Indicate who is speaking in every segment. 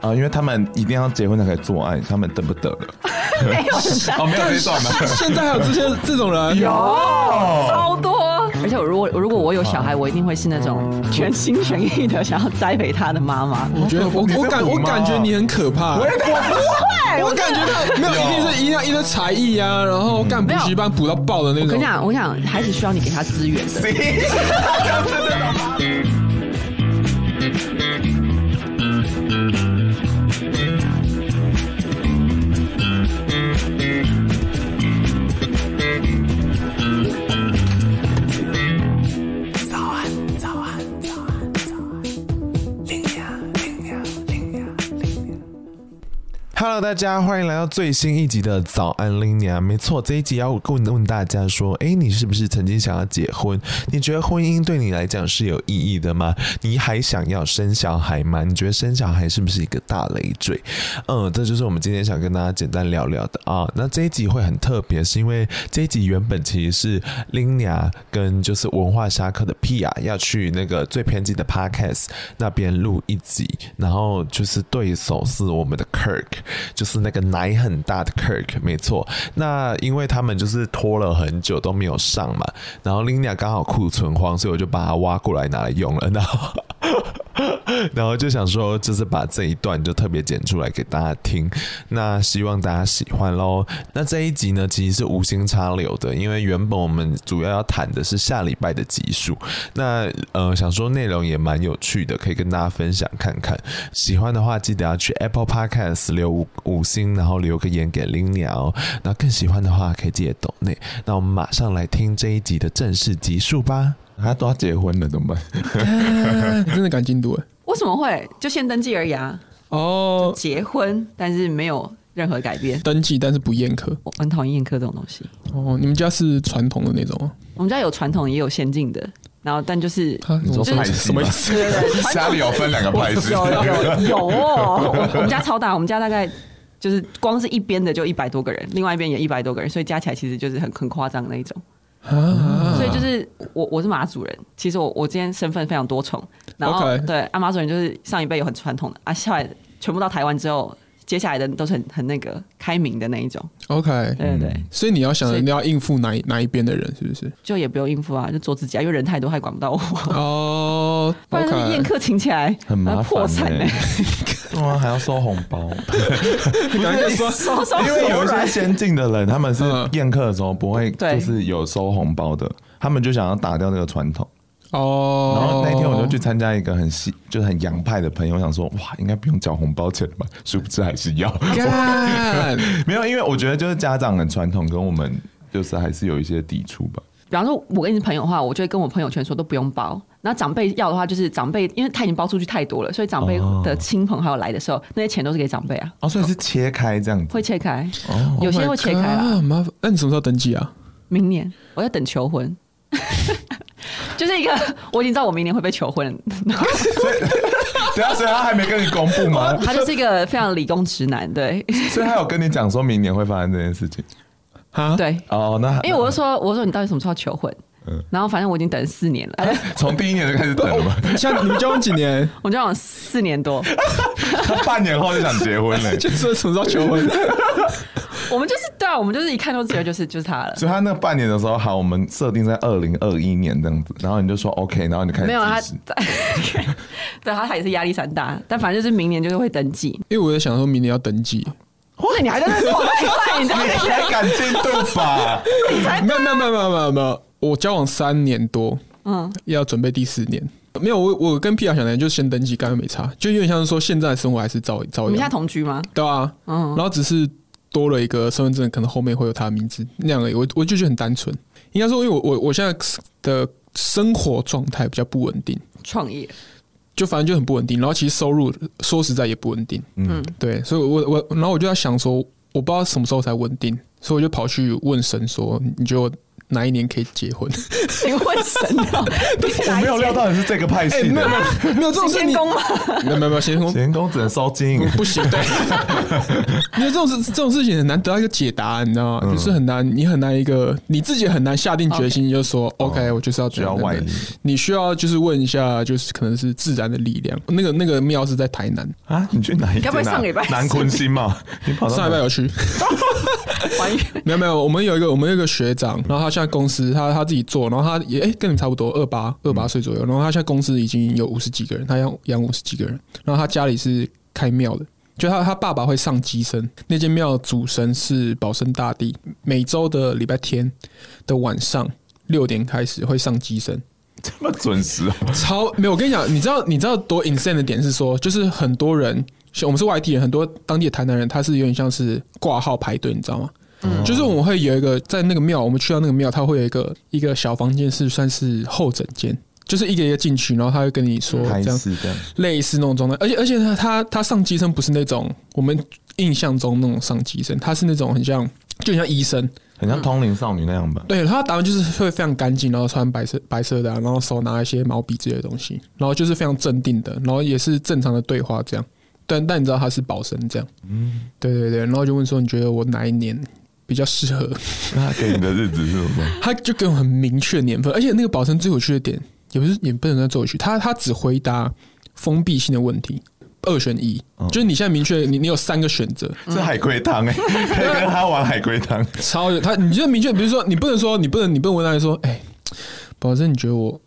Speaker 1: 啊，因为他们一定要结婚才可以做爱，他们得不得了？
Speaker 2: 没有人在
Speaker 1: 哦，没有这一段吗？
Speaker 3: 现在还有这 些这种人，
Speaker 2: 有
Speaker 1: 哦
Speaker 2: 超多。而且我如果如果我有小孩，我一定会是那种
Speaker 1: 嗯
Speaker 2: 全心全意的想要栽培他的妈妈。
Speaker 3: 我觉得我
Speaker 1: 你
Speaker 3: 我
Speaker 1: 是
Speaker 3: 感
Speaker 1: 虎
Speaker 3: 我
Speaker 1: 妈
Speaker 3: 感觉你很可怕，我
Speaker 2: 对
Speaker 3: 我感觉到没有一定是一定要一定才艺啊，然后干补习班补到爆的那
Speaker 2: 嗯我跟
Speaker 3: 种
Speaker 2: 你。讲，我想孩子需要你给他资源的。
Speaker 1: Hello，大家欢迎来到最新一集的早安 l i n a 没错，这一集要问问大家说，诶，你是不是曾经想要结婚？你觉得婚姻对你来讲是有意义的吗？你还想要生小孩吗？你觉得生小孩是不是一个大累赘？嗯，这就是我们今天想跟大家简单聊聊的啊。那这一集会很特别，是因为这一集原本其实是 l i n a 跟就是文化侠客的 P 啊要去那个最偏激的 Podcast 那边录一集，然后就是对手是我们的 Kirk。就是那个奶很大的 Kirk，没错。那因为他们就是拖了很久都没有上嘛，然后 Lina 刚好库存荒，所以我就把它挖过来拿来用了，然后然后就想说，就是把这一段就特别剪出来给大家听，那希望大家喜欢喽。那这一集呢，其实是无心插柳的，因为原本我们主要要谈的是下礼拜的集数，那呃想说内容也蛮有趣的，可以跟大家分享看看。喜欢的话，记得要去 Apple Podcast 留五五星，然后留个言给 Lina 哦。那更喜欢的话，可以记得抖内。那我们马上来听这一集的正式集数吧。他啊都要结婚了，怎么 办？
Speaker 3: 哎 真的赶进度哎。
Speaker 2: 为什么会就先登记而已啊？
Speaker 3: 哦，
Speaker 2: 结婚，但是没有任何改变。
Speaker 3: 登记但是不验科。
Speaker 2: 我很讨厌宴客这种东西。
Speaker 3: 哦，你们家是传统的那种啊？
Speaker 2: 我们家有传统，也有先进的，然后但就是
Speaker 3: 啊
Speaker 1: 你说
Speaker 3: 什么
Speaker 1: 派系吗
Speaker 3: 什么意思？
Speaker 2: 对对对，
Speaker 1: 家里有分两个派系
Speaker 2: 有有有有哦，我我们家超大，我们家大概。就是光是一边的就一百多个人，另外一边也一百多个人，所以加起来其实就是很很夸张的那一种。
Speaker 3: 啊，
Speaker 2: 所以就是我我是马主人，其实我我今天身份非常多重。然后
Speaker 3: OK
Speaker 2: 对，阿、马主人就是上一辈有很传统的，啊，下来全部到台湾之后，接下来的都是很很那个开明的那一种。
Speaker 3: OK。
Speaker 2: 对对对，
Speaker 3: 所以你要
Speaker 2: 所以
Speaker 3: 想你要应付哪一哪一边的人是不是？
Speaker 2: 就也不用应付啊，就做自己啊，因为人太多还管不到我，
Speaker 3: 哦
Speaker 2: 不然那宴
Speaker 3: ，OK，
Speaker 2: 客请起来
Speaker 1: 很麻
Speaker 2: 呃
Speaker 1: 烦、欸，
Speaker 2: 破产呢、
Speaker 1: 哇，还要收红包。
Speaker 3: 感觉说
Speaker 2: 收收
Speaker 1: 因为有一些先进的人，他们是
Speaker 3: 嗯
Speaker 1: 宴客的时候不会，
Speaker 2: 对
Speaker 1: 就是有收红包的，他们就想要打掉这个传统。
Speaker 3: 哦，
Speaker 1: 然后那天我就去参加一个很西，就是很洋派的朋友，我想说哇，应该不用交红包钱了吧？ 殊不知还是 要。
Speaker 3: 干，
Speaker 1: 没有，因为我觉得就是家长很传统，跟我们就是还是有一些抵触吧。
Speaker 2: 比方说，我跟你是朋友的话，我就会跟我朋友圈说都不用包。然后长辈要的话，就是长辈，因为他已经包出去太多了，所以长辈的亲朋好友来的时候，那些钱都是给长辈啊，
Speaker 1: 哦，所以是切开这样子。
Speaker 2: 会切开，有些会切开啦。
Speaker 3: 啊，麻烦。那你什么时候登记啊？
Speaker 2: 明年我在等求婚， 就是一个我已经知道我明年会被求婚，
Speaker 1: 对啊，所以他还没跟你公 布吗？
Speaker 2: 他就是一个非常理工直男，对
Speaker 1: 所以他有跟你讲说明年会发生这件事情。
Speaker 3: 啊，
Speaker 2: 对。
Speaker 1: 哦，那
Speaker 2: 因为我就说，我说你到底什么时候求婚？
Speaker 1: 嗯
Speaker 2: 然后反正我已经等了四年了，
Speaker 1: 从第一年就开始等了吧？
Speaker 3: 像你们交往几年？。
Speaker 2: 我交往四年多，
Speaker 1: 他半年后就想结婚 了
Speaker 3: 就是什么时候求婚？
Speaker 2: 我们就是对啊，我们就是一看就知道就是就是他了。
Speaker 1: 所以他那半年的时候，好，我们设定在二零二一年这样子，然后你 就说 OK，然后你就开始
Speaker 2: 没有啊
Speaker 1: 计
Speaker 2: 他
Speaker 1: 时，
Speaker 2: 对他他也是压力山大，但反正就是明年就是会登 记。
Speaker 3: 因为我在想说明年要登记，
Speaker 2: 那你还在那说我太快，你知道
Speaker 1: 你还敢进度 吧？
Speaker 3: 没有没有没有没有没有没有，我交往三年多，
Speaker 2: 嗯，
Speaker 3: 要准备第四年，没有我我跟 P R 想的就是先登记，干脆没差，就有点像是说现在的生活还是照照
Speaker 2: 你们现在
Speaker 3: 样，
Speaker 2: 同居吗？
Speaker 3: 对啊，
Speaker 2: 嗯
Speaker 3: 然，后只是多了一个身份证，可能后面会有他的名字那样而已。我我就觉得很单纯，应该说，因为我我我现在的生活状态比较不稳定，
Speaker 2: 创业，
Speaker 3: 就反正就很不稳定。然后其实收入说实在也不稳定，
Speaker 2: 嗯，
Speaker 3: 对，所以我我然后我就在想说，我不知道什么时候才稳定，所以我就跑去问神说，你觉得我哪一年可以结婚？
Speaker 2: 你会神哦，
Speaker 1: 我没有料到你是这个派系的，
Speaker 3: 没有这种事
Speaker 2: 天
Speaker 3: 你，
Speaker 2: 宫吗？
Speaker 3: 没有没有没有，先啊空
Speaker 1: 闲工只能烧金。
Speaker 3: 不行， 对，因为这种事这种事情很难得到一个解答，你知道吗？就是很难，你很难一个你自己很难下定决心，你就说 OK，我哦就是要
Speaker 1: 需要
Speaker 3: 这样
Speaker 1: 外
Speaker 3: 等
Speaker 1: 力
Speaker 3: 等你需要就是问一下，就是可能是自然的力量。那个那个庙是在台南，
Speaker 1: 啊！你去哪一间啊？
Speaker 2: 该不会上礼拜
Speaker 1: 南昆新嘛？ 你跑到
Speaker 3: 上礼拜有去，
Speaker 2: 还原
Speaker 3: 没有没有，我们有一个我们有一个学长，然后他现在公司他他自己做，然后他也哎、跟你差不多二八二八岁左右，然后他现在公司已经有五十几个人，他养养五十几个人，然后他家里是开庙的。就他他爸爸会上机身，那间庙主神是保生大帝，每周的礼拜天的晚上六点开始会上机身，
Speaker 1: 这么准时啊？
Speaker 3: 超没有，我跟你讲，你知道你知道多 insane 的点是说，就是很多人，像我们是外地人，很多当地的台南人，他是有点像是挂号排队，你知道吗？嗯，就是我们会有一个在那个庙，我们去到那个庙，它会有一个一个小房间，是算是候诊间，就是一个一个进去，然后他会跟你说
Speaker 1: 开
Speaker 3: 这样
Speaker 1: 始这样，
Speaker 3: 类似那种状态，而且而且他他他上机身不是那种我们印象中那种上机身，他是那种很像就很像医生，
Speaker 1: 很像通灵少女那样吧？
Speaker 3: 对，他打扮就是会非常干净，然后穿白色白色的啊、然后手拿一些毛笔之类的东西，然后就是非常镇定的，然后也是正常的对话这样。但但你知道他是保生这样，嗯，对对对，然后就问说你觉得我哪一年比较适合？
Speaker 1: 那她给你的日子是什么？
Speaker 3: 他就给我很明确的年份，而且那个保生最有趣的点，也不是也不能算最有趣，他他只回答封闭性的问题，二选一，就是你现在明确你你有三个选择，
Speaker 1: 是海龟汤哎，
Speaker 3: 嗯
Speaker 1: 可以跟他玩海龟汤。
Speaker 3: 超有他，你就明确，比如说你不能说，你不能，你不能问他说，哎、保证你觉得我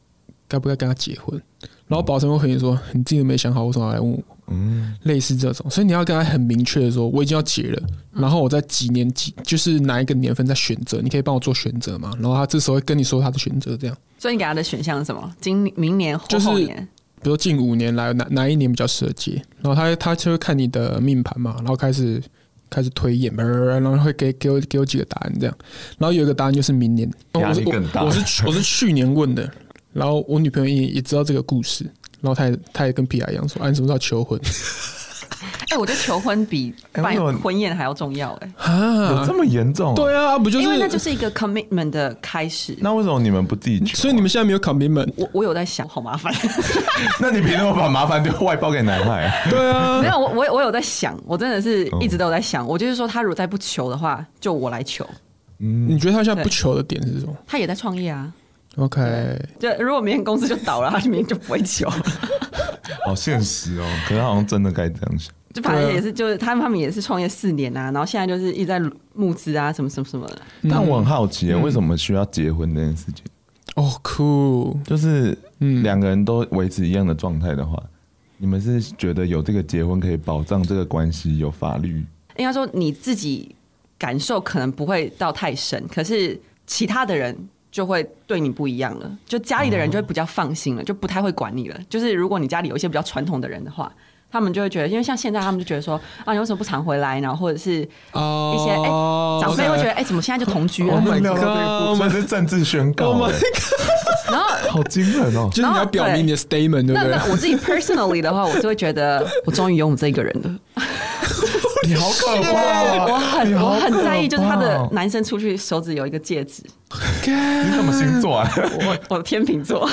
Speaker 3: 该不该跟他结婚？然后保证会回你说，你自己都没想好，为什么要来问我？
Speaker 1: 嗯，
Speaker 3: 类似这种，所以你要跟他很明确的说，我已经要结了，然后我在几年几，就是哪一个年份在选择，你可以帮我做选择嘛？然后他这时候会跟你说他的选择，这样，
Speaker 2: 所以你给他的选项是什么？今年明年或
Speaker 3: 就是
Speaker 2: 后年？
Speaker 3: 比如说近五年来哪哪一年比较适合结，然后他他就会看你的命盘嘛，然后开始开始推演，然后会给给我给我几个答案这样，然后有一个答案就是明年，
Speaker 1: 压
Speaker 3: 我是
Speaker 1: 力更大
Speaker 3: 我我是去我是去年问的，然后我女朋友也也知道这个故事，然后她也她也跟皮亚一样说，啊你什么时候要求婚
Speaker 2: 哎，我觉得求婚比
Speaker 1: 哎
Speaker 2: 办
Speaker 1: 为什么
Speaker 2: 婚宴还要重要哎。
Speaker 1: 有
Speaker 3: 啊
Speaker 1: 这？么严重？
Speaker 3: 对，啊，不就？
Speaker 2: 因为那就是是一个 commitment 的开始。
Speaker 1: 那为什么你们不自己去？
Speaker 3: 所以你们现在没有 commitment，
Speaker 2: 我我有在想，好麻烦。
Speaker 1: 那你凭什么把麻烦丢外包给男孩？
Speaker 3: 对啊
Speaker 2: 没，有，我我我有在想，我真的是
Speaker 1: 哦
Speaker 2: 一直都有在想。我就是说，他如果再不求的话，就我来求。
Speaker 1: 嗯
Speaker 3: 你觉得他现在不求的点是什么
Speaker 2: 他也在创业啊，
Speaker 3: ？OK，
Speaker 2: 就如果明天公司就 倒了，他明天就不会求。
Speaker 1: 好现实哦，可是好像真的该这样想。
Speaker 2: 就反正
Speaker 3: 对啊
Speaker 2: 也是，就是他们他们也是创业四年啊，然后现在就是一直在募资啊，什么什么什么的。
Speaker 3: 嗯
Speaker 1: 但我很好奇耶，为什么需要结婚这件事情？
Speaker 3: 哦，cool，
Speaker 1: 就是
Speaker 3: 嗯
Speaker 1: 两个人都维持一样的状态的话，你们是觉得有这个结婚可以保障这个关系有法律？
Speaker 2: 应该说你自己感受可能不会到太深，可是其他的人就会对你不一样了，就家里的人就会比较放心了，
Speaker 3: 嗯
Speaker 2: 就不太会管你了。就是如果你家里有一些比较传统的人的话。他们就会觉得，因为像现在，他们就觉得说啊，你为什么不常回来？然后或者是
Speaker 3: 哦
Speaker 2: 一些哎、长辈会觉得，哎、怎么现在就同居了
Speaker 3: 啊 Oh my
Speaker 1: 料到这
Speaker 3: god，
Speaker 1: 一步算是政治宣告
Speaker 3: Oh my
Speaker 1: 耶，
Speaker 2: 然后
Speaker 1: 好惊人哦！
Speaker 3: 就是你要表明你的 statement，对不
Speaker 2: 那
Speaker 3: 对
Speaker 2: 那？我自己 personally 的话，我就会觉得我终于有我这一个人了。
Speaker 1: 你好可怕
Speaker 2: 我
Speaker 1: 哦！
Speaker 2: 很
Speaker 1: 你好
Speaker 2: 我很在意，
Speaker 1: 可
Speaker 2: 就
Speaker 1: 怕
Speaker 2: 是他的
Speaker 1: 哦
Speaker 2: 男生出去手指有一个戒指，
Speaker 1: 你什么星座 啊？
Speaker 2: 我我天秤 座，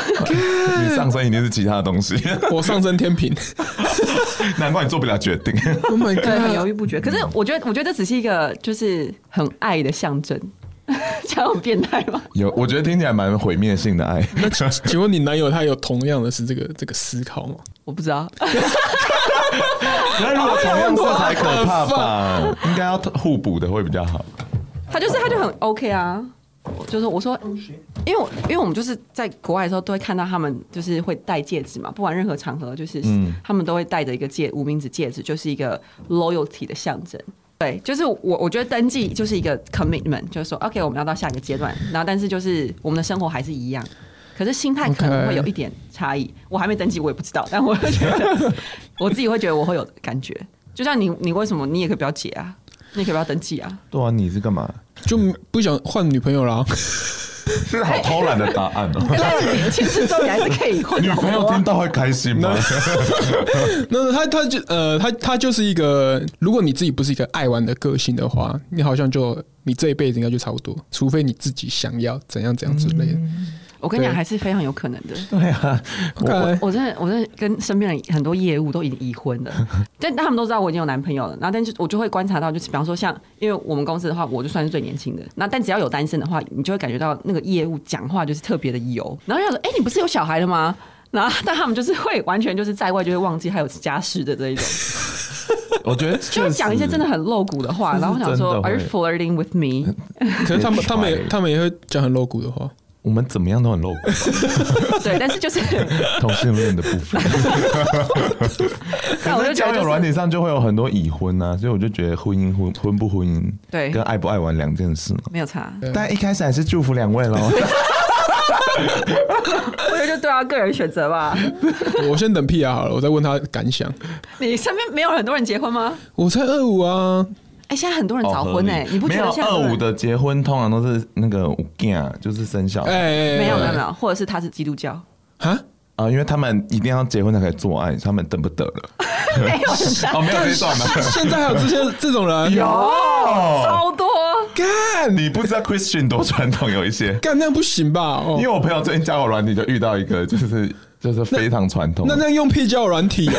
Speaker 1: 你上身一定是其他的东西，
Speaker 3: 我上升天平
Speaker 1: 难怪你做不了决定。
Speaker 3: ，Oh my
Speaker 2: 对，很犹
Speaker 3: god，
Speaker 2: 豫不决。可是我觉得，我觉得这只是一个就是很爱的象征， 这样有变态吗？
Speaker 1: 有，我觉得听起来蛮毁灭性的爱。
Speaker 3: 那请请问你男友他有同样的是这个这个思考吗？
Speaker 2: 我不知道，
Speaker 1: 那如果同样色才可怕吧？应该要互补的会比较好。
Speaker 2: 他就是他就很 OK 啊。我就是我说，因为我因为我们就是在国外的时候都会看到他们就是会戴戒指嘛，不管任何场合，就是
Speaker 1: 嗯
Speaker 2: 他们都会戴着一个戒无名指戒指，就是一个 loyalty 的象征。对，就是我我觉得登记就是一个 commitment，就是说 OK 我们要到下一个阶段，然后但是就是我们的生活还是一样。可是心态可能会有一点差异。我还没登记，我也不知道，但我会觉得我自己会觉得我会有感觉。就像你，你为什么你也可以不要结啊？你也可以不要登记啊？
Speaker 1: 对啊，你是干嘛？
Speaker 3: 就不想换女朋友啦。
Speaker 1: 是好偷懒的答案哦、
Speaker 2: 但是你其实之后你还是可以混
Speaker 1: 女
Speaker 2: 好
Speaker 1: 朋友听到会开心 吗？
Speaker 3: 那他他就呃他他就是一个，如果你自己不是一个爱玩的个性的话，你好像就你这一辈子应该就差不多，除非你自己想要怎样怎样之类的。
Speaker 1: 嗯
Speaker 2: 我跟你讲，
Speaker 3: 对
Speaker 2: 还是非常有可能的。
Speaker 1: 对啊，
Speaker 3: OK，
Speaker 2: 我真的，我真的跟身边的很多业务都已经已婚的，但但他们都知道我已经有男朋友了。然后，但是我就会观察到，就是比方说像，因为我们公司的话，我就算是最年轻的。那但只要有单身的话，你就会感觉到那个业务讲话就是特别的油。然后就想说，哎、你不是有小孩了吗？然后，但他们就是会完全就是在外就会忘记还有家室的这一种，
Speaker 1: 我觉得
Speaker 2: 就会讲一些真的很露骨的话。然后我想说
Speaker 1: 真的会
Speaker 2: ，Are you flirting with me？
Speaker 3: 可是他们他们也
Speaker 1: 帅
Speaker 3: 他们也会讲很露骨的话。
Speaker 1: 我们怎么样都很露骨，
Speaker 2: 对，但是就是，
Speaker 1: 同性恋的部分。
Speaker 2: 但我就觉
Speaker 1: 在交
Speaker 2: 得、
Speaker 1: 友
Speaker 2: 就
Speaker 1: 软
Speaker 2: 是，
Speaker 1: 体上就会有很多已婚啊，所以我就觉得婚姻婚婚不婚姻，
Speaker 2: 对
Speaker 1: 跟爱不爱玩两件事嘛。
Speaker 2: 没有差。
Speaker 1: 但一开始还是祝福两位喽。
Speaker 2: 我觉得就对啊，个人选择吧。
Speaker 3: 我先等 P R 好了，我再问他感想。
Speaker 2: 你身边没有很多人结婚吗？
Speaker 3: 我才二五啊，
Speaker 2: 哎、现在 很多人早婚哎、
Speaker 1: 哦 好合理
Speaker 2: 你不觉
Speaker 1: 没
Speaker 2: 得
Speaker 1: 有
Speaker 2: 现在很
Speaker 1: 二
Speaker 2: 多人
Speaker 1: 五的结婚通常都是那个五 g 就是生小
Speaker 3: 哎
Speaker 1: 孩
Speaker 3: 哎、哎
Speaker 2: 没有没
Speaker 3: 哎
Speaker 2: 有没有，或者是他是基督教，
Speaker 3: 啊，
Speaker 1: 啊，因为他们一定要结婚才可以做爱，他们等不得了。
Speaker 2: 没有人家
Speaker 1: 哦，没有这一段吗？
Speaker 3: 现在还有这些 这种人，
Speaker 1: 有，
Speaker 2: 哦超多，
Speaker 3: 干
Speaker 1: 你不知道 Christian 多传统有一些，
Speaker 3: 干那样不行吧？哦
Speaker 1: 因为，我朋友最近交友软体就遇到一个，就是就是非常传统
Speaker 3: 那。那样用屁交友软 体、哦，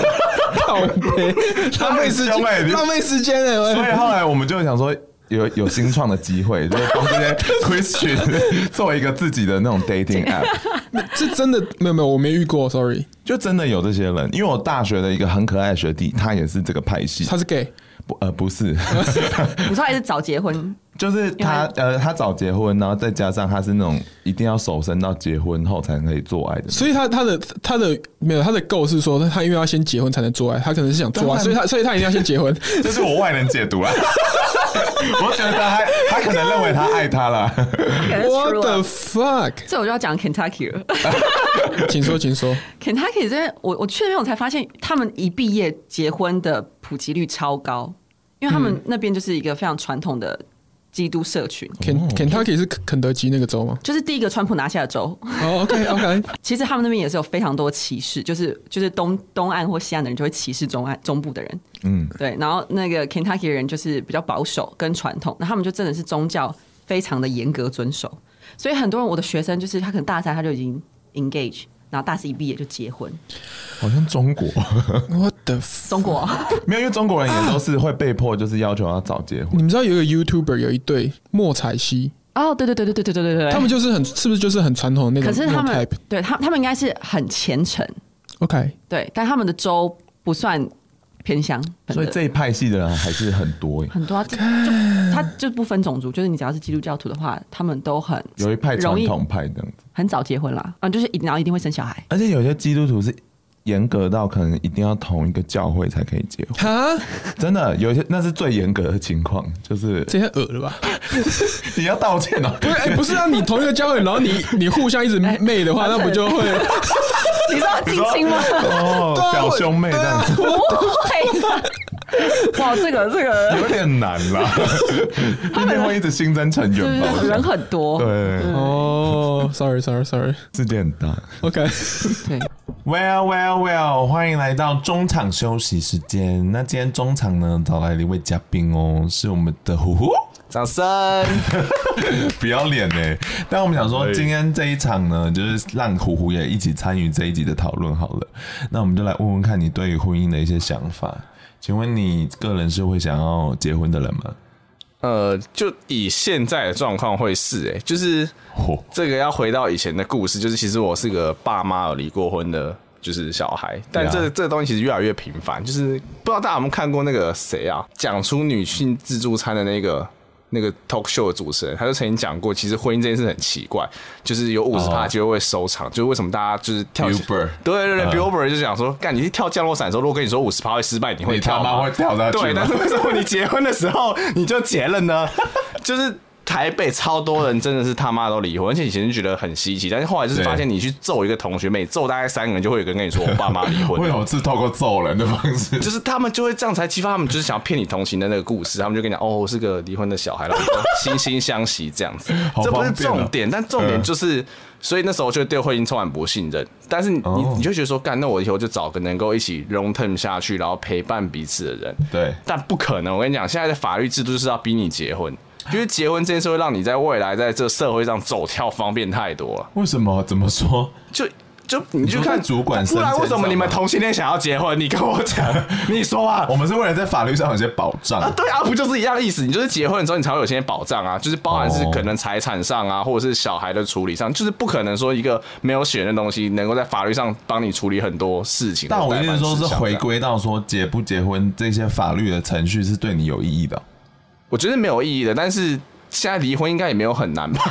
Speaker 3: 靠背，浪费时
Speaker 1: 很凶哎
Speaker 3: 间，
Speaker 1: 你
Speaker 3: 浪费时间哎、
Speaker 1: 所以后来我们就想说。有有新创的机会， 就是帮这些 Christian 做一个自己的那种 dating app，
Speaker 3: 这真的没有没有，我没遇过，sorry，
Speaker 1: 就真的有这些人。因为我大学的一个很可爱的学弟，他也是这个派系，
Speaker 3: 他是 gay，
Speaker 1: 不呃不 是，
Speaker 2: 你说还是早结婚，
Speaker 1: 就是他呃他早结婚，然后再加上他是那种一定要守身到结婚后才可以做爱的
Speaker 3: 所以他他的他的没有他的 goal 是说他因为要先结婚才能做爱，他可能是想做爱，所以他所以他一定要先结 婚，
Speaker 1: 这是我外人解读啦。啊 我觉得他他可能认为他爱他啦。
Speaker 3: 我的
Speaker 2: 的，
Speaker 3: fuck，
Speaker 2: 这我就要讲 Kentucky 了。
Speaker 3: 请说请说，
Speaker 2: Kentucky 这边，我我去那边我才发现，他们一毕业结婚的普及率超高，因为他
Speaker 1: 嗯
Speaker 2: 们那边就是一个非常传统的基督社群，
Speaker 3: 肯 Kentucky 是肯德基那个州吗？
Speaker 2: 就是第一个川普拿下的州。
Speaker 3: 哦，OK OK，
Speaker 2: 其实他们那边也是有非常多歧视，就是就是东东岸或西岸的人就会歧视中岸中部的人，
Speaker 1: 嗯，
Speaker 2: 对，然后那个 Kentucky 人就是比较保守跟传统，那他们就真的是宗教非常的严格遵守，所以很多人我的学生就是他可能大三他就已经 engage，然后大四一毕业就结婚，
Speaker 1: 好像中国
Speaker 3: 我的
Speaker 2: 中国
Speaker 1: 没有，因为中国人也都是会被迫就是要求要早结婚。
Speaker 3: 你们知道有一个 YouTuber 有一对莫彩希，
Speaker 2: 哦，对对对对对对对对对，
Speaker 3: 他们就是很是不是就是很传统的那
Speaker 2: 可
Speaker 3: 种
Speaker 2: 是
Speaker 3: 那
Speaker 2: 他
Speaker 3: 种
Speaker 2: 们
Speaker 3: type？
Speaker 2: 对他他们应该是很虔诚，
Speaker 3: OK，
Speaker 2: 对，但他们的州不算偏乡，
Speaker 1: 所以这一派系的人还是很多耶，
Speaker 2: 很多啊、就就他就不分种族，就是你只要是基督教徒的话，他们都很
Speaker 1: 有一派
Speaker 2: 容
Speaker 1: 传
Speaker 2: 易
Speaker 1: 统派这样子，
Speaker 2: 很早结婚啦，嗯，就是一然后一定会生小孩。
Speaker 1: 而且有些基督徒是严格到可能一定要同一个教会才可以结婚，
Speaker 3: 哈，
Speaker 1: 真的有一些那是最严格的情况，就是
Speaker 3: 这也太恶了吧？
Speaker 1: 你要道歉哦、
Speaker 3: 不是，哎，不是啊，你同一个教会，然后你你互相一直媚的话，那不 就会
Speaker 2: 你知道近亲吗？
Speaker 1: 哦，表兄妹这样子
Speaker 2: 不会啦。哇，这个这个
Speaker 1: 有点难啦，今天会一直新增成
Speaker 2: 就
Speaker 1: 员吧？我
Speaker 2: 是人
Speaker 1: 想
Speaker 2: 很多，
Speaker 1: 对，
Speaker 3: 哦，sorry，sorry，sorry。
Speaker 1: 世界很大。
Speaker 3: OK，
Speaker 2: 对，
Speaker 1: Well, well, well！欢迎来到中场休息时间。那今天中场呢，找来了一位嘉宾哦，是我们的虎虎。
Speaker 4: 掌声！
Speaker 1: 不要脸呢、但我们想说，
Speaker 4: 对
Speaker 1: 今天这一场呢，就是让虎虎也一起参与这一集的讨论好了。那我们就来问问看你对于婚姻的一些想法。请问你个人是会想要结婚的人吗？
Speaker 4: 呃，就以现在的状况会是、哎，就是
Speaker 1: 嚯
Speaker 4: 这个要回到以前的故事，就是其实我是个爸妈有离过婚的，就是小孩，但
Speaker 1: 对
Speaker 4: 这、
Speaker 1: 啊
Speaker 4: 这东西其实越来越频繁，就是不知道大家有没有看过那个谁啊，讲出女性自助餐的那个。那个 talk show 的主持人，他就曾经讲过，其实婚姻这件事很奇怪，就是有五十
Speaker 1: 哦
Speaker 4: 趴机会会收场，就是为什么大家就是跳
Speaker 1: Uber
Speaker 4: 对对对、
Speaker 1: 嗯
Speaker 4: b i l l b o r d 就讲说，干你去跳降落伞的时候，如果跟你说五十趴会失败，你会
Speaker 1: 你他
Speaker 4: 跳
Speaker 1: 妈
Speaker 4: 吗
Speaker 1: 会跳下去吗
Speaker 4: 对，但是为什么你结婚的时候你就结了呢？就是台北超多人真的是他妈都离婚，而且以前就觉得很稀奇，但是后来就是发现你去揍一个同学，每揍大概三个人，就会有个人跟你说我爸妈离 婚
Speaker 1: 为什
Speaker 4: 了。
Speaker 1: 么是透过揍人的方式？
Speaker 4: 就是他们就会这样才激发他们，就是想要骗你同情的那个故事。他们就跟你讲，哦，我是个离婚的小孩，然后就惺惺相惜这样子。
Speaker 1: 好
Speaker 4: 这不是
Speaker 1: 方便哦
Speaker 4: 重点，但重点
Speaker 1: 嗯
Speaker 4: 就是，所以那时候就对慧英充满不信任。但是你你
Speaker 1: 哦
Speaker 4: 你就觉得说，干，那我以后就找个能够一起 long term 下去，然后陪伴彼此的人。
Speaker 1: 对，
Speaker 4: 但不可能，我跟你讲，现在的法律制度就是要逼你结婚，因为结婚这件事会让你在未来在这社会上走跳方便太多了。
Speaker 1: 为什么？怎么说？
Speaker 4: 就就你去
Speaker 1: 说
Speaker 4: 看
Speaker 1: 在主管
Speaker 4: 不然
Speaker 1: 升
Speaker 4: 为什
Speaker 1: 迁
Speaker 4: 么
Speaker 1: 上
Speaker 4: 你们
Speaker 1: 吗
Speaker 4: 同性恋想要结婚？你跟我讲，你说啊
Speaker 1: 我。们是为了在法律上有些保障。
Speaker 4: 啊，对啊，不就是一样的意思？你就是结婚之后，你才会有些保障啊，就是包含是
Speaker 1: 哦
Speaker 4: 可能财产上啊，或者是小孩的处理上，就是不可能说一个没有血缘的东西能够在法律上帮你处理很多事情。
Speaker 1: 但我
Speaker 4: 跟
Speaker 1: 意
Speaker 4: 你
Speaker 1: 思说是回，
Speaker 4: 啊
Speaker 1: 归到说结不结婚这些法律的程序是对你有意义的。
Speaker 4: 我觉得没有意义的，但是。现在离婚应该也没有很难吧？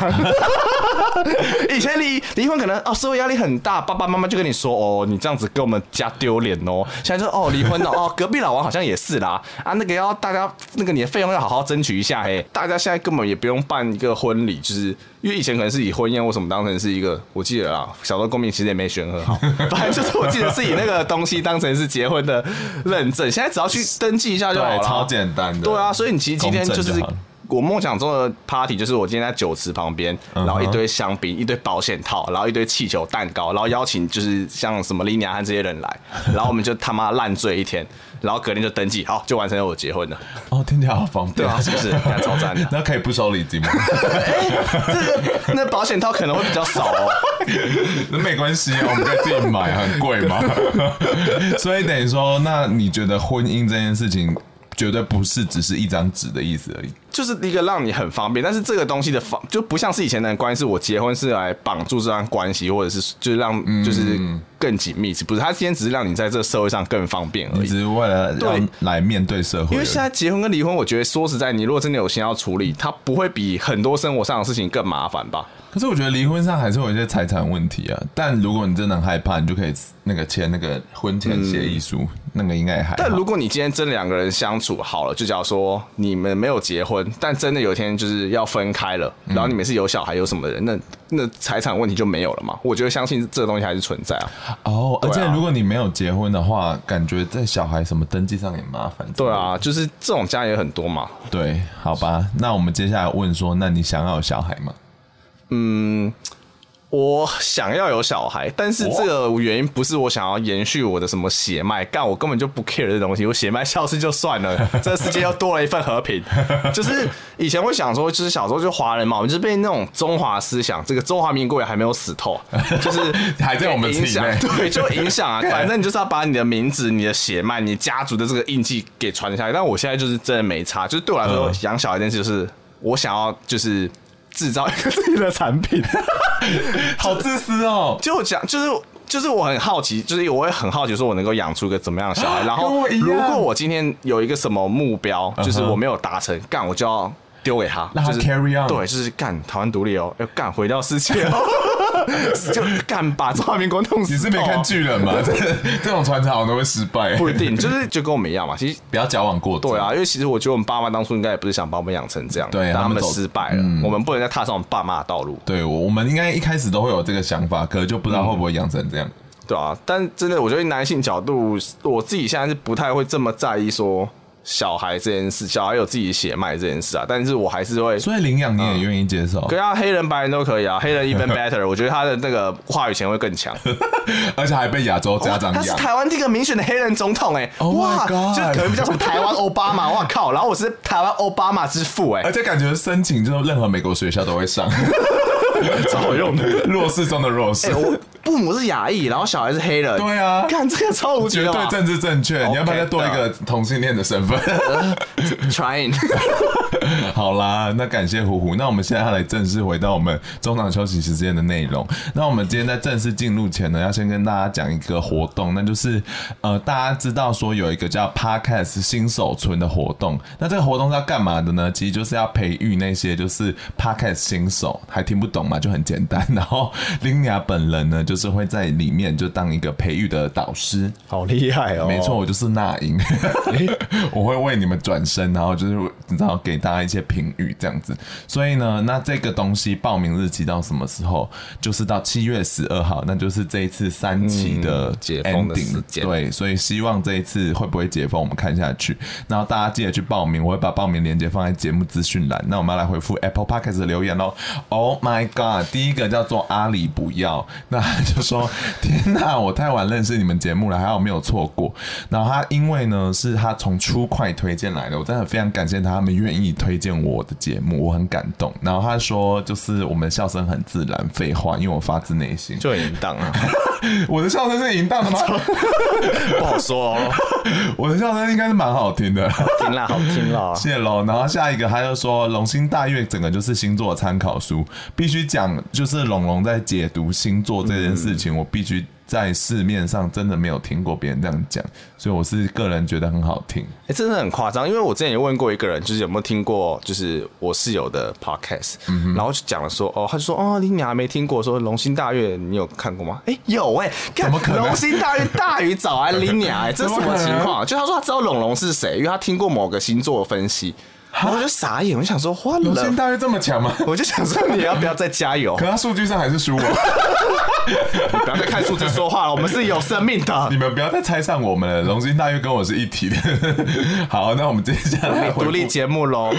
Speaker 4: 以前离离婚可能哦，社会压力很大，爸爸妈妈就跟你说哦，你这样子给我们家丢脸哦。现在就哦，离婚了哦，隔壁老王好像也是啦啊，那个要大家那个你的费用要好好争取一下嘿。大家现在根本也不用办一个婚礼，就是因为以前可能是以婚宴或什么当成是一个，我记得啦，小时候公民其实也没选很好， 反正就是我记得是以那个东西当成是结婚的认证，现在只要去登记一下就好了，
Speaker 1: 对超简单的
Speaker 4: 对啊，所以你其实今天
Speaker 1: 公
Speaker 4: 就
Speaker 1: 证就是好了
Speaker 4: 我梦想中的 party 就是我今天在酒池旁边，
Speaker 1: 嗯哼
Speaker 4: 然后一堆香槟、一堆保险套，然后一堆气球、蛋糕，然后邀请就是像什么丽娘和这些人 来，然后我们就他妈烂醉一天，然后隔天就登记，好，就完成了我结婚了，
Speaker 1: 哦，听起来好方便，
Speaker 4: 对啊，是不是？看超赞的
Speaker 1: ，那可以不收礼金吗？
Speaker 4: 那那保险套可能会比较少哦。
Speaker 1: 那没关系啊，我们可以自己买，很贵嘛。 所以等于说，那你觉得婚姻这件事情，绝对不是只是一张纸的意思而已。
Speaker 4: 就是一个让你很方便，但是这个东西的方就不像是以前的关系，是我结婚是来绑住这段关系，或者是就是让就是
Speaker 1: 嗯
Speaker 4: 更紧密，不是？他今天只是让你在这个社会上更方便而
Speaker 1: 你
Speaker 4: 已
Speaker 1: 只。是为了
Speaker 4: 对
Speaker 1: 让来面对社会而已，
Speaker 4: 因为现在结婚跟离婚，我觉得说实在，你如果真的有心要处理，它不会比很多生活上的事情更麻烦吧？
Speaker 1: 可是我觉得离婚上还是有一些财产问题啊。但如果你真的很害怕，你就可以那个签那个婚前协议书，那个应该也还好。
Speaker 4: 嗯但如果你今天真的两个人相处好了，就假如说你们没有结婚，但真的有一天就是要分开了，然后你们是有小孩有什么的人，那那财产问题就没有了嘛？我觉得相信这个东西还是存在啊。
Speaker 1: 哦，而且
Speaker 4: 对啊
Speaker 1: 如果你没有结婚的话，感觉在小孩什么登记上也麻烦。
Speaker 4: 对，啊，就是这种家也很多嘛。
Speaker 1: 对，好吧。那我们接下来问说，那你想要有小孩 吗？
Speaker 4: 我想要有小孩，但是这个原因不是我想要延续我的什么血脉，干我根本就不 care 这东西，我血脉消失就 算了，这世界又多了一份和平。就是以前会想说，就是小时候就华人嘛，我们就是被那种中华思想，这个中华民国也还没有死 透，就是
Speaker 1: 还在我们体内
Speaker 4: 影响， 对，就影 响啊。反正你就是要把你的名字、你的血脉、你家族的这个印记给传下来。但我现在就是真的没差，就是对我来说
Speaker 1: 嗯，
Speaker 4: 养小孩这件事就是我想要就是制造一个自己的产品。
Speaker 1: 好自私哦！
Speaker 4: 就我讲，就是就是我很好奇，就是我也很好奇，说我能够养出一个怎么样的小孩。然
Speaker 1: 啊跟
Speaker 4: 后，
Speaker 1: 我一样
Speaker 4: 如果我今天有一个什么目标，就是我没有达成，干我就要丢给他，
Speaker 1: 让他
Speaker 4: 就是
Speaker 1: carry on
Speaker 4: 对，就是干台湾独立哦，要干回到世界哦， 就干把中华民国弄死。
Speaker 1: 你
Speaker 4: 哦
Speaker 1: 是没看？巨人吗？这 这种传承好像都会失败，
Speaker 4: 不一定，就是就跟我们一样嘛。其实
Speaker 1: 不要矫枉过正。
Speaker 4: 对啊，因为其实我觉得我们爸妈当初应该也不是想把我们养成这样，
Speaker 1: 对
Speaker 4: 但
Speaker 1: 他
Speaker 4: 他
Speaker 1: 们
Speaker 4: 们
Speaker 1: 走嗯
Speaker 4: 失败了，我们不能再踏上我们爸妈的道路。
Speaker 1: 对，我我们应该一开始都会有这个想法，可是就不知道会不会养成这样。
Speaker 4: 对啊，但真的，我觉得男性角度，我自己现在是不太会这么在意说小孩这件事，小孩有自己血脉这件事啊，但是我还是会。
Speaker 1: 所以领养你也愿意接受，
Speaker 4: 可以啊，黑人、白人都可以啊，黑 人 even better，我觉得他的那个话语权会更 强。
Speaker 1: 而且还被亚洲家长
Speaker 4: 他哦是
Speaker 1: 养。
Speaker 4: 台湾第一个民选的黑人总统哎、
Speaker 1: Oh my
Speaker 4: 哇，
Speaker 1: God
Speaker 4: 就是可能比较什么台湾奥巴 马，哇靠！然后我是台湾奥巴马之父哎、
Speaker 1: 而且感觉申请就是任何美国学校都会上，
Speaker 4: 超好用的。
Speaker 1: 弱势中的弱势
Speaker 4: 哎、， 我父母是亚裔，然后小孩是黑人，
Speaker 1: 对啊
Speaker 4: 看这个超无敌
Speaker 1: 绝
Speaker 4: 的
Speaker 1: 对
Speaker 4: 嘛
Speaker 1: 政治正确。你要不要再多一个同性恋的身份？
Speaker 4: ，trying。
Speaker 1: 好啦，那感谢虎虎。那我们现在要来正式回到我们中场休息时间的内容。那我们今天在正式进入前呢，要先跟大家讲一个活动，那就是呃，大家知道说有一个叫 Podcast 新手村的活动。那这个活动是要干嘛的呢？其实就是要培育那些就是 Podcast 新手，还听不懂嘛，就很简单。然后 Linia 本人呢，就是会在里面就当一个培育的导师。
Speaker 4: 好厉害哦
Speaker 1: 没错，我就是那英，我会为你们转身，然后就是你知道给大想要一些评语这样子。所以呢，那这个东西报名日期到什么时候？就是到七月十二号，那就是这一次三期的
Speaker 4: 嗯
Speaker 1: ending,、
Speaker 4: 解封的时间
Speaker 1: 对，所以希望这一次会不会解封，我们看下去。然后大家记得去报名，我会把报名链接放在节目资讯栏。那我们要来回复 Apple Podcast 的留言喽。Oh my god！第一个叫做阿里不要，那他就说：“ 天哪，我太晚认识你们节目了，还好没有错过。”然后他因为呢是他从初快推荐来的，我真的非常感谢他，他们愿意推荐我的节目，我很感动。然后他说：“就是我们的笑声很自然，废话，因为我发自内心。”
Speaker 4: 就很淫荡啊，
Speaker 1: 我的笑声是淫荡的吗？
Speaker 4: 不好说哦，
Speaker 1: 我的笑声应该是蛮好听 的。
Speaker 4: 听啦，好 听啦。
Speaker 1: 谢喽。然后下一个他就说，《龙星大悦》整个就是星座参考书，必须讲就是龙龙在解读星座这件事
Speaker 4: 嗯
Speaker 1: 情，我必须在市面上真的没有听过别人这样讲，所以我是个人觉得很好 听。
Speaker 4: 哎、真的很夸张，因为我之前也问过一个人，就是有没有听过，就是我室友的 podcast，、
Speaker 1: 嗯
Speaker 4: 然后就讲了说，哦，他就说，哦，你你还没听过，说《龙心大悦》，你有看过吗？哎、有哎、干
Speaker 1: 怎么可能
Speaker 4: 龙心大悦大于早安林 鸟、哎，这是什
Speaker 1: 怎么可
Speaker 4: 么
Speaker 1: 能
Speaker 4: 情况？就他说他知道龙龙是谁，因为他听过某个星座的分析，然后我就傻眼，我就想说，哇，
Speaker 1: 龙
Speaker 4: 龙
Speaker 1: 星大悦这么强吗？
Speaker 4: 我就想说，你要不要再 加油
Speaker 1: 可？他数据上还是输我，
Speaker 4: 你不要再看数字说话了，我们是有生命的
Speaker 1: 你。们不要再猜上我们了。龙星大悦跟我是一体的。 好，那我们接下来回复哎
Speaker 4: 独立节目喽，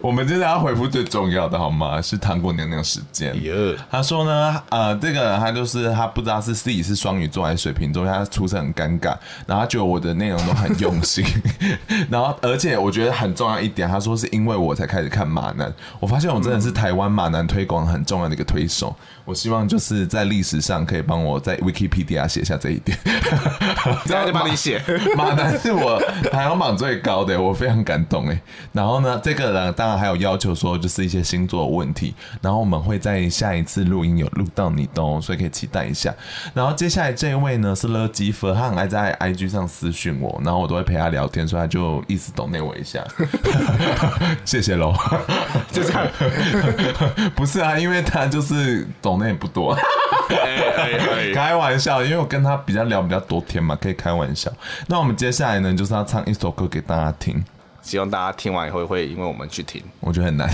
Speaker 1: 我们接下来要回复最重要的好吗？是糖果娘娘时间。
Speaker 4: 耶
Speaker 1: 他说呢，呃，这个他就是他不知道是自己是双鱼座还是水瓶座，因为他出生很尴尬，然后他觉得我的内容都很用心， 然后而且我觉得很重要一点，他说是因为我才开始看马南，我发现我真的是台湾马南推广很重要的一个推手，我希望就是在历史上可以帮我在 Wikipedia 写下这一点，
Speaker 4: 这样就帮你写。
Speaker 1: 马南是我排行榜最高的，我非常感动哎。然后呢，这个呢，当然还有要求说，就是一些星座的问题，然后我们会在下一次录音有录到你的哦，所以可以期待一下。然后接下来这一位呢是乐基佛，他很爱在 IG 上私讯我，然后我都会陪他聊天，所以他就一直懂内我一下，谢谢喽。
Speaker 4: 就这样，
Speaker 1: 不是啊，因为他就是懂内不多。哎开玩笑，因为我跟他比较聊比较多天嘛，可以开玩笑。那我们接下来呢，就是要唱一首歌给大家听，
Speaker 4: 希望大家听完以后会因为我们去听。
Speaker 1: 我觉得很难。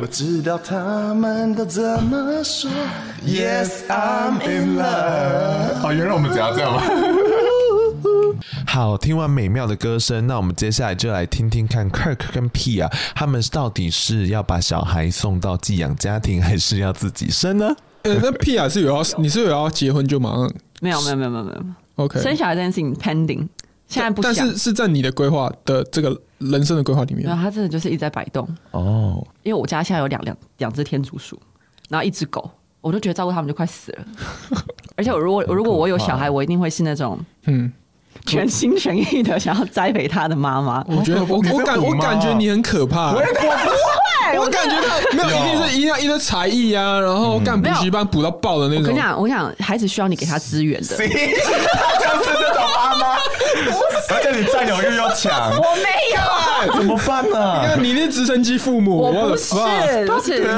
Speaker 4: 我知道他们都怎么说
Speaker 1: Yes, I'm in love。哦，原来我们只要这样吗？好，听完美妙的歌声，那我们接下来就来听听看 Kirk 跟 Pia 他们到底是要把小孩送到寄养家庭，还是要自己生呢？
Speaker 3: 呃，那屁雅是有要，你是有要结婚就马上
Speaker 2: 没有没有没有没有没有，
Speaker 3: OK，
Speaker 2: 生小孩这件事情 pending，现在不
Speaker 3: 但
Speaker 2: 想。
Speaker 3: 是是在你的规划的这个人生的规划里面
Speaker 2: 没有，，他真的就是一直在摆动。
Speaker 1: 哦，
Speaker 2: 因为我家现在有两两两只天竺鼠，然后一只狗，我都觉得照顾他们就快死 了。而且我如果如果我有小孩，我一定会是那种
Speaker 3: 嗯，
Speaker 2: 全心全意的想要栽培他的妈妈。
Speaker 3: 我觉得我我感我感觉你很可怕，我感觉到没有，一定是一定要一个才艺啊，然后干补习班补到爆的
Speaker 2: 我
Speaker 3: 那
Speaker 2: 跟
Speaker 3: 种
Speaker 2: 你。讲，我跟你讲，孩子需要你给他资源的。
Speaker 4: 就是那种妈妈，
Speaker 1: 而且你占有欲又强，
Speaker 2: 我没有，
Speaker 1: 怎么办呢、
Speaker 3: 那你那直升机父母，
Speaker 2: 我不
Speaker 3: what the
Speaker 2: 是
Speaker 3: fuck，
Speaker 2: 不是，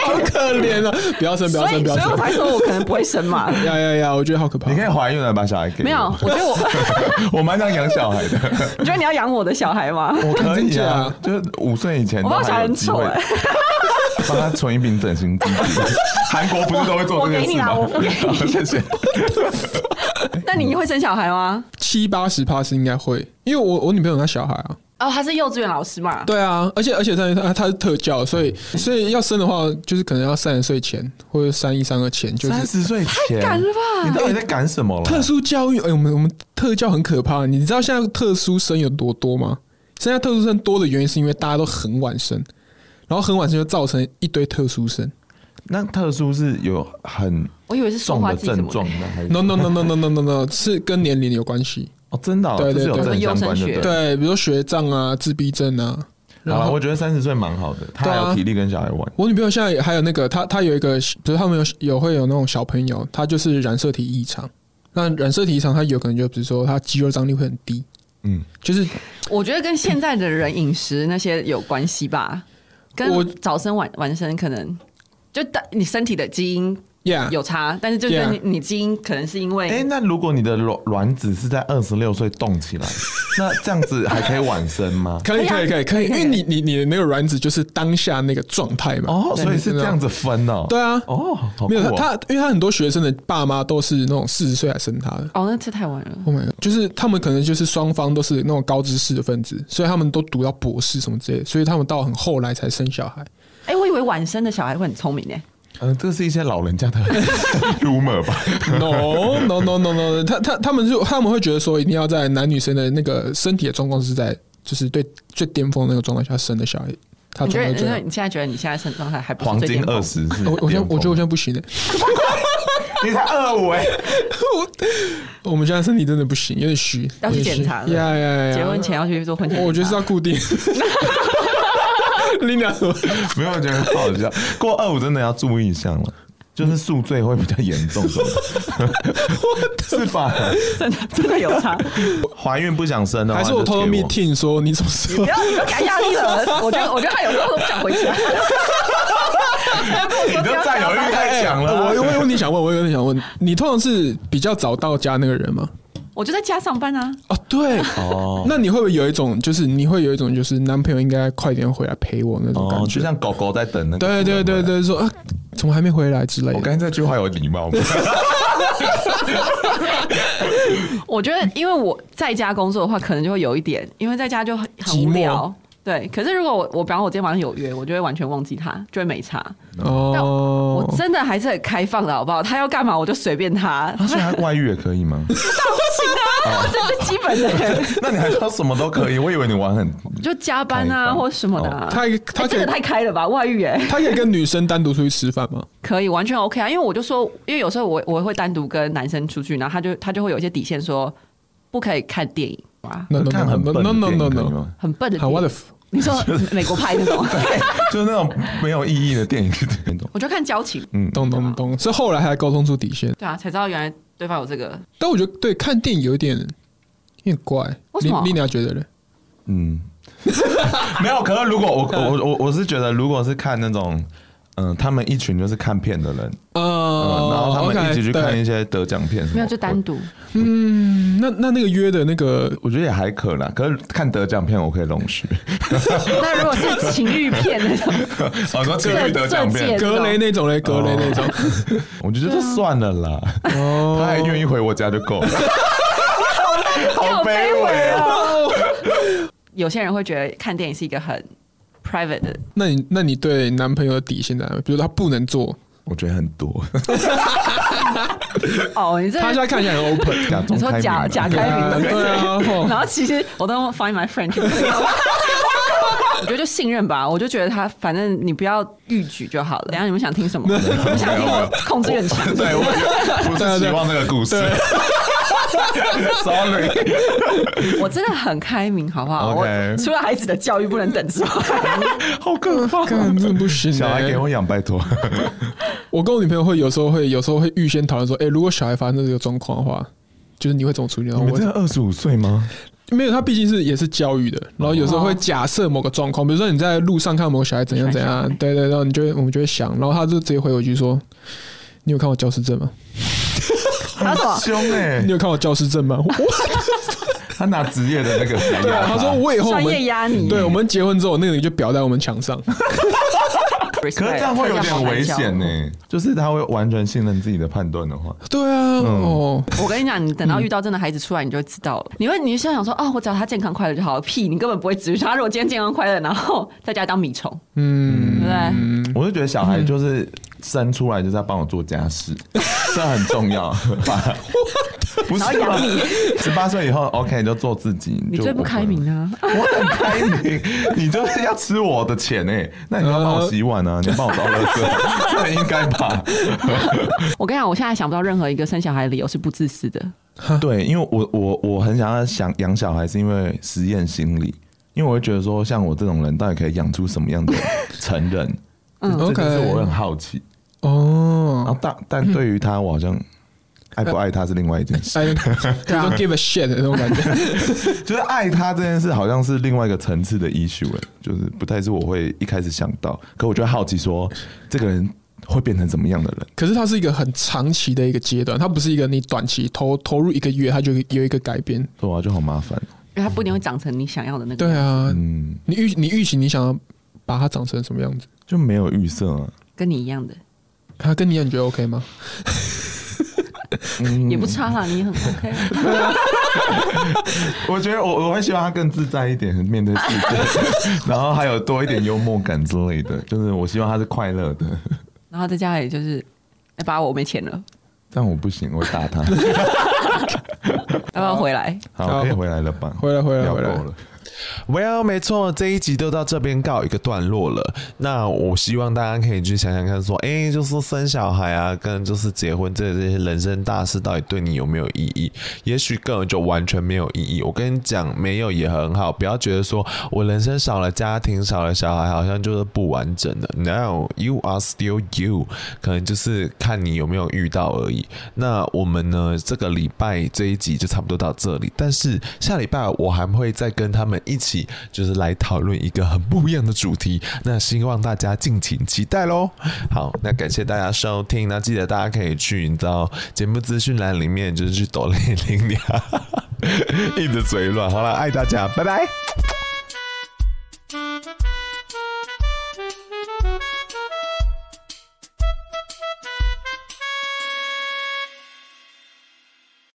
Speaker 3: 好可怜啊！不要生，不要
Speaker 2: 所
Speaker 3: 生，
Speaker 2: 以
Speaker 3: 不要
Speaker 2: 所以我
Speaker 3: 生！
Speaker 2: 才说我可能不会生 嘛。
Speaker 3: 呀呀呀！我觉得好可怕
Speaker 1: 你。可以怀孕了，把小孩给我
Speaker 2: 没有，我觉得我，
Speaker 1: 我蛮想养小孩的，
Speaker 2: 你觉得你要养我的小孩 吗？
Speaker 1: 我可以
Speaker 3: 真
Speaker 1: 啊
Speaker 3: 假，
Speaker 1: 就是五岁以前
Speaker 2: 我
Speaker 1: 都
Speaker 2: 怕我小
Speaker 1: 还
Speaker 2: 孩
Speaker 1: 有
Speaker 2: 很
Speaker 1: 机
Speaker 2: 丑
Speaker 1: 会
Speaker 2: 哎、
Speaker 1: 帮他存一瓶整形剂。韩国不是都会做这件事吗？
Speaker 2: 我我给你啊我
Speaker 1: 好 谢谢。
Speaker 2: 那你会生小孩吗？
Speaker 3: 七八十趴是应该会，因为我我女朋友她小孩啊，
Speaker 2: 哦，他是幼稚园老师嘛？
Speaker 3: 对啊，而且而且她她她是特教，所以
Speaker 1: 嗯
Speaker 3: 所以要生的话，就是可能要三十岁前或者三一三二前，就是
Speaker 1: 三十岁前，
Speaker 2: 敢了吧
Speaker 1: 你到底在赶什么了？
Speaker 3: 特殊教育，哎、我们我们特教很可怕，你知道现在特殊生有多多吗？现在特殊生多的原因是因为大家都很晚生，然后很晚生就造成一堆特殊生。
Speaker 1: 那特殊是有很
Speaker 2: 我以为是说
Speaker 1: 重
Speaker 2: 话
Speaker 1: 的
Speaker 2: 剂什
Speaker 1: 症
Speaker 2: 么
Speaker 1: 状
Speaker 2: 的。
Speaker 1: 呢？还是
Speaker 3: No no no no no no no no，是跟年龄有关系。
Speaker 1: 哦，真的哦，
Speaker 3: 对对
Speaker 1: 这是有
Speaker 3: 对
Speaker 1: 正相关的。
Speaker 2: 对
Speaker 1: 对
Speaker 3: 对，比如说学障啊、自闭症啊。然
Speaker 1: 好了，
Speaker 3: 后
Speaker 1: 我觉得三十岁蛮好的，他
Speaker 3: 对
Speaker 1: 还
Speaker 3: 啊
Speaker 1: 有体力跟小孩玩。
Speaker 3: 我女朋友现在还有那个，她她有一个，比如他们有有会有那种小朋友，他就是染色体异常。那染色体异常，他有可能就比如说他肌肉张力会很低，
Speaker 1: 嗯，
Speaker 3: 就是
Speaker 2: 我觉得跟现在的人饮食那些有关系吧，跟
Speaker 3: 我
Speaker 2: 早生晚晚生可能就大你身体的基因
Speaker 3: ，Yeah，
Speaker 2: 有差，但是就跟
Speaker 3: Yeah
Speaker 2: 你你基因可能是因为，
Speaker 1: 啊哎，那如果你的卵卵子是在二十六岁冻起来，那这样子还可以晚生 吗？
Speaker 3: 可以
Speaker 2: 可
Speaker 3: 可
Speaker 2: 以
Speaker 3: 以
Speaker 2: 啊
Speaker 3: 可以可以，因
Speaker 2: 可以
Speaker 3: 为你你你的那个卵子就是当下那个状态嘛。
Speaker 1: 哦，所以是这样子分哦。
Speaker 3: 对啊，
Speaker 1: 哦，好
Speaker 3: 没有
Speaker 1: 酷哦
Speaker 3: 他，他因为他很多学生的爸妈都是那种四十岁才生他的。
Speaker 2: 哦，那这太晚了。
Speaker 3: Oh my god！就是他们可能就是双方都是那种高知识的分子，所以他们都读到博士什么之类的，所以他们到很后来才生小孩。
Speaker 2: 哎、我以为晚生的小孩会很聪明哎、
Speaker 1: 嗯，这是一些老人家的 rumor 吧？
Speaker 3: No no no no no，他他他们就他们会觉得说，一定要在男女生的那个身体的状况是在就是对最巅峰的那个状态下生的小孩，
Speaker 1: 啊
Speaker 3: 他
Speaker 2: 你觉
Speaker 3: 状
Speaker 2: 得
Speaker 3: 态
Speaker 2: 你
Speaker 3: 最
Speaker 2: 觉
Speaker 3: 好
Speaker 2: 得。你现在觉得你现在身状态还不
Speaker 1: 黄
Speaker 2: 是最
Speaker 1: 金
Speaker 2: 巅峰
Speaker 1: 二？十是
Speaker 3: 我我现在我觉得我现在
Speaker 1: 得
Speaker 3: 不行的、
Speaker 4: 你才二五哎，
Speaker 3: 我们现在身体真的不行，有点虚，
Speaker 2: 要去检查了
Speaker 3: 呀呀呀！
Speaker 2: 结婚前要去做婚前检查，
Speaker 3: 我觉得是要 固定。琳达说，
Speaker 1: 没有我觉得很好笑。过二五真的要注意一下了，就是宿醉会比较严重什么的，是吧？
Speaker 2: 真的真的有差，
Speaker 1: 怀孕不想生的话
Speaker 3: 还是我偷偷
Speaker 1: 就给
Speaker 3: meeting 说你什么时候
Speaker 2: 不？要不要给他压力了。我觉得我觉得他有时候都不想回 家。
Speaker 1: 你的占 有欲太强了啊。
Speaker 3: 哎我我有问题想问，我有问题想问，你通常是比较早到家那个人吗？
Speaker 2: 我就在家上班啊，
Speaker 3: 哦，对，
Speaker 1: 哦
Speaker 3: 那你会不会有一种，就是你会有一种，就是男朋友应该快点回来陪我那种感
Speaker 1: 哦，
Speaker 3: 觉？
Speaker 1: 就像狗狗在等那个主
Speaker 3: 对
Speaker 1: 人回来。
Speaker 3: 对对对，说啊，怎么还没回来之类
Speaker 1: 我
Speaker 3: 的。
Speaker 1: 刚才这句话有礼貌吗？啊
Speaker 2: 我觉得因为我在家工作的话，可能就会有一点，因为在家就很很无
Speaker 3: 寂
Speaker 2: 聊。对，可是如果我我比方我今天晚上有约，我就会完全忘记他，就会没差。
Speaker 3: 哦
Speaker 2: 我，真的还是很开放的，好不好？他要干嘛我就随便他，
Speaker 1: 他说他外遇也可以 吗？
Speaker 2: 这是基本 的。
Speaker 1: 那你还说什么都可以？我以为你 玩很
Speaker 2: 就加班
Speaker 1: 开
Speaker 2: 啊
Speaker 1: 放
Speaker 2: 或什么的、啊。
Speaker 3: 他
Speaker 2: 哎
Speaker 3: 他可
Speaker 2: 这个
Speaker 3: 以
Speaker 2: 太开了吧，外遇哎、
Speaker 3: 他可以跟女生单独出去吃饭吗？
Speaker 2: 可以完全 OK 啊，因为我就说，因为有时候我我会单独跟男生出去，然后他就他就会有一些底线说不可以看电影啊，
Speaker 3: no no
Speaker 1: 看很
Speaker 3: no
Speaker 1: 笨
Speaker 3: no
Speaker 1: 的
Speaker 3: no
Speaker 1: 电
Speaker 3: no
Speaker 1: 影可以
Speaker 3: no，
Speaker 1: 吗？
Speaker 2: 很笨的
Speaker 3: 好
Speaker 2: 电影。
Speaker 3: ，what if？
Speaker 2: 你 说美国派那种，
Speaker 1: 就是那种没有意义的电影 嗯是那种。
Speaker 2: 我就看交情，
Speaker 3: 懂懂懂，是后来还沟通出底线，
Speaker 2: 对啊，才知道原来对方有这个。
Speaker 3: 但我觉得对看电影有点有点怪。
Speaker 2: 为什
Speaker 3: 你
Speaker 2: 么
Speaker 3: 你俩觉得呢？
Speaker 1: 嗯， 没有。可是如果我我我我是觉得，如果是看那种，嗯、他们一群就是看片的人，嗯、
Speaker 3: 呃
Speaker 1: 然后他们一起去看一
Speaker 3: 下。
Speaker 1: 些得奖片什么，
Speaker 2: 没有，就单 独。
Speaker 3: 嗯，那那那个约的那个
Speaker 1: 我。我觉得也还可啦。可是看得奖片我可以容许，
Speaker 2: 那如果是情欲片那种，
Speaker 1: 哦，说情
Speaker 2: 这
Speaker 1: 侣得奖
Speaker 2: 这啊届
Speaker 1: 片，
Speaker 3: 格雷那种嘞，格雷那
Speaker 1: 哦
Speaker 3: 种，
Speaker 1: 我就觉得算了啦。
Speaker 3: 哦
Speaker 1: 他还愿意回我家就够了， 好卑微啊！
Speaker 2: 有些人会觉得看电影是一个很 private 的，
Speaker 3: 那你那你对男朋友的底线在哪里？比如说他不能做，
Speaker 1: 我觉得很多，
Speaker 2: 哦，你这
Speaker 3: 他现在看起来很 open，
Speaker 1: 假中
Speaker 2: 你说
Speaker 1: 开明
Speaker 2: 假
Speaker 1: 啊。
Speaker 2: 假
Speaker 3: 对
Speaker 2: 开
Speaker 3: 啊，
Speaker 2: 明的。
Speaker 3: 对啊，吼
Speaker 2: 然后其实我都 find my friend 去我觉得就信任吧，我就觉得他，反正你不要逾矩就好了。等一下你们想 听什么？你们想听我控制欲很强？
Speaker 1: 对，我 不是希望那个故事。Sorry，
Speaker 2: 我真的很开明，好不好？我
Speaker 1: OK
Speaker 2: 除了孩子的教育不能等之外，
Speaker 1: 好可怕
Speaker 3: 干真的不行欸
Speaker 1: 小孩给我养，拜 托。
Speaker 3: 我跟我女朋友会有时候会有时候会预先讨论说，哎，如果小孩发生这个状况的话，就是你会怎么处理？然后
Speaker 1: 你们
Speaker 3: 哦我
Speaker 1: 真的二十五岁吗？
Speaker 3: 没有，他毕竟是也是教育的，然后有时候会假设某个状况，比如说你在路上看某个小孩怎样怎样
Speaker 2: 哦你喜欢小孩，
Speaker 3: 对对，然后你就会我们就会想，然后他就直接回我一句说：“你有看我教师证吗？
Speaker 2: 他说
Speaker 1: 凶哎
Speaker 3: 你！有看我教师证吗？” 我
Speaker 1: 他拿职业的那 个来
Speaker 3: 对啊，
Speaker 1: 压
Speaker 3: 他说我以后我
Speaker 2: 专
Speaker 3: 们
Speaker 2: 业压你，
Speaker 3: 对我们结婚之后，那个人就裱在我们墙上。
Speaker 2: 可是
Speaker 1: 可是这样会有点危险呢、就是他会完全信任自己的判断的话，
Speaker 3: 对
Speaker 1: 嗯
Speaker 3: 啊，哦，
Speaker 2: 我跟你讲，你等到遇到真的孩子出来，你就会知道了。你会，你是想说，哦，我只要他健康快乐就好了。屁，你根本不会只是他。如果今天健康快乐，然后在家当米虫，
Speaker 3: 嗯，
Speaker 2: 对不对？
Speaker 1: 我就觉得小孩就是生出来就是在帮我做家事，这很重要吧？不
Speaker 2: 然后
Speaker 1: 是吧
Speaker 2: 养？你，
Speaker 1: 十八岁以后，OK 就做自己。
Speaker 2: 你
Speaker 1: 就
Speaker 2: 最不
Speaker 1: 我
Speaker 2: 开明啊！
Speaker 1: 我很开明，你就是要吃我的钱哎、那你要帮我洗碗啊，你要帮我倒垃圾，这很应该吧？
Speaker 2: 我跟你讲，我现在想不到任何一个生小孩的理由是不自私的。
Speaker 1: 对，因为我我我很想要想养小孩，是因为实验心理，因为我会觉得说，像我这种人，到底可以养出什么样的成人？嗯这
Speaker 3: OK
Speaker 1: 这就是我很好奇。然
Speaker 3: 哦，
Speaker 1: 后但但对于他，我好像爱不爱他是另外一件事，
Speaker 3: 哎，就说 give a shit 的那种感觉。
Speaker 1: 就是爱他这件事好像是另外一个层次的 issue，、欸、就是不太是我会一开始想到，可我就会好奇说，这个人会变成怎么样的人？
Speaker 3: 可是它是一个很长期的一个阶段，它不是一个你短期投投入一个月，它就有一个改变。
Speaker 1: 对啊，就好麻烦。
Speaker 2: 因为它不一定会长成你想要的那个。
Speaker 3: 对，啊，
Speaker 1: 嗯，
Speaker 3: 你预你预期你想要把它长成什么样子？
Speaker 1: 就没有预设啊。
Speaker 2: 跟你一样的
Speaker 3: 它跟你一样，你觉得 OK 吗？嗯
Speaker 2: 也不差啦，你很 OK 啊。
Speaker 1: 我觉得我我会希望他更自在一点，面对世界，然后还有多一点幽默感之类的。就是我希望他是快乐的，
Speaker 2: 然后在家里就是，哎，爸，我没钱了，
Speaker 1: 但我不行，我会打 他。
Speaker 2: 要不要回来？
Speaker 1: 好，可以回来了吧？
Speaker 3: 回来回来
Speaker 1: 聊
Speaker 3: 回来
Speaker 1: 够了。Well，没错，啊这一集就到这边告一个段落了。那我希望大家可以去想想看，说，哎、就是生小孩啊，跟就是结婚这这些人生大事，到底对你有没有意义？也许根本就完全没有意义。我跟你讲，没有也很好，不要觉得说我人生少了家庭，少了小孩，好像就是不完整的。No，you are still you，可能就是看你有没有遇到而已。那我们呢，这个礼拜这一集就差不多到这里，但是下礼拜我还会再跟他们一起，就是来讨论一个很不一样的主题。那希望大家敬请期待喽。好，那感谢大家收听，那记得大家可以去你知道节目资讯栏里面，就是去抖内领哈，一直嘴软。好了，爱大家，拜拜。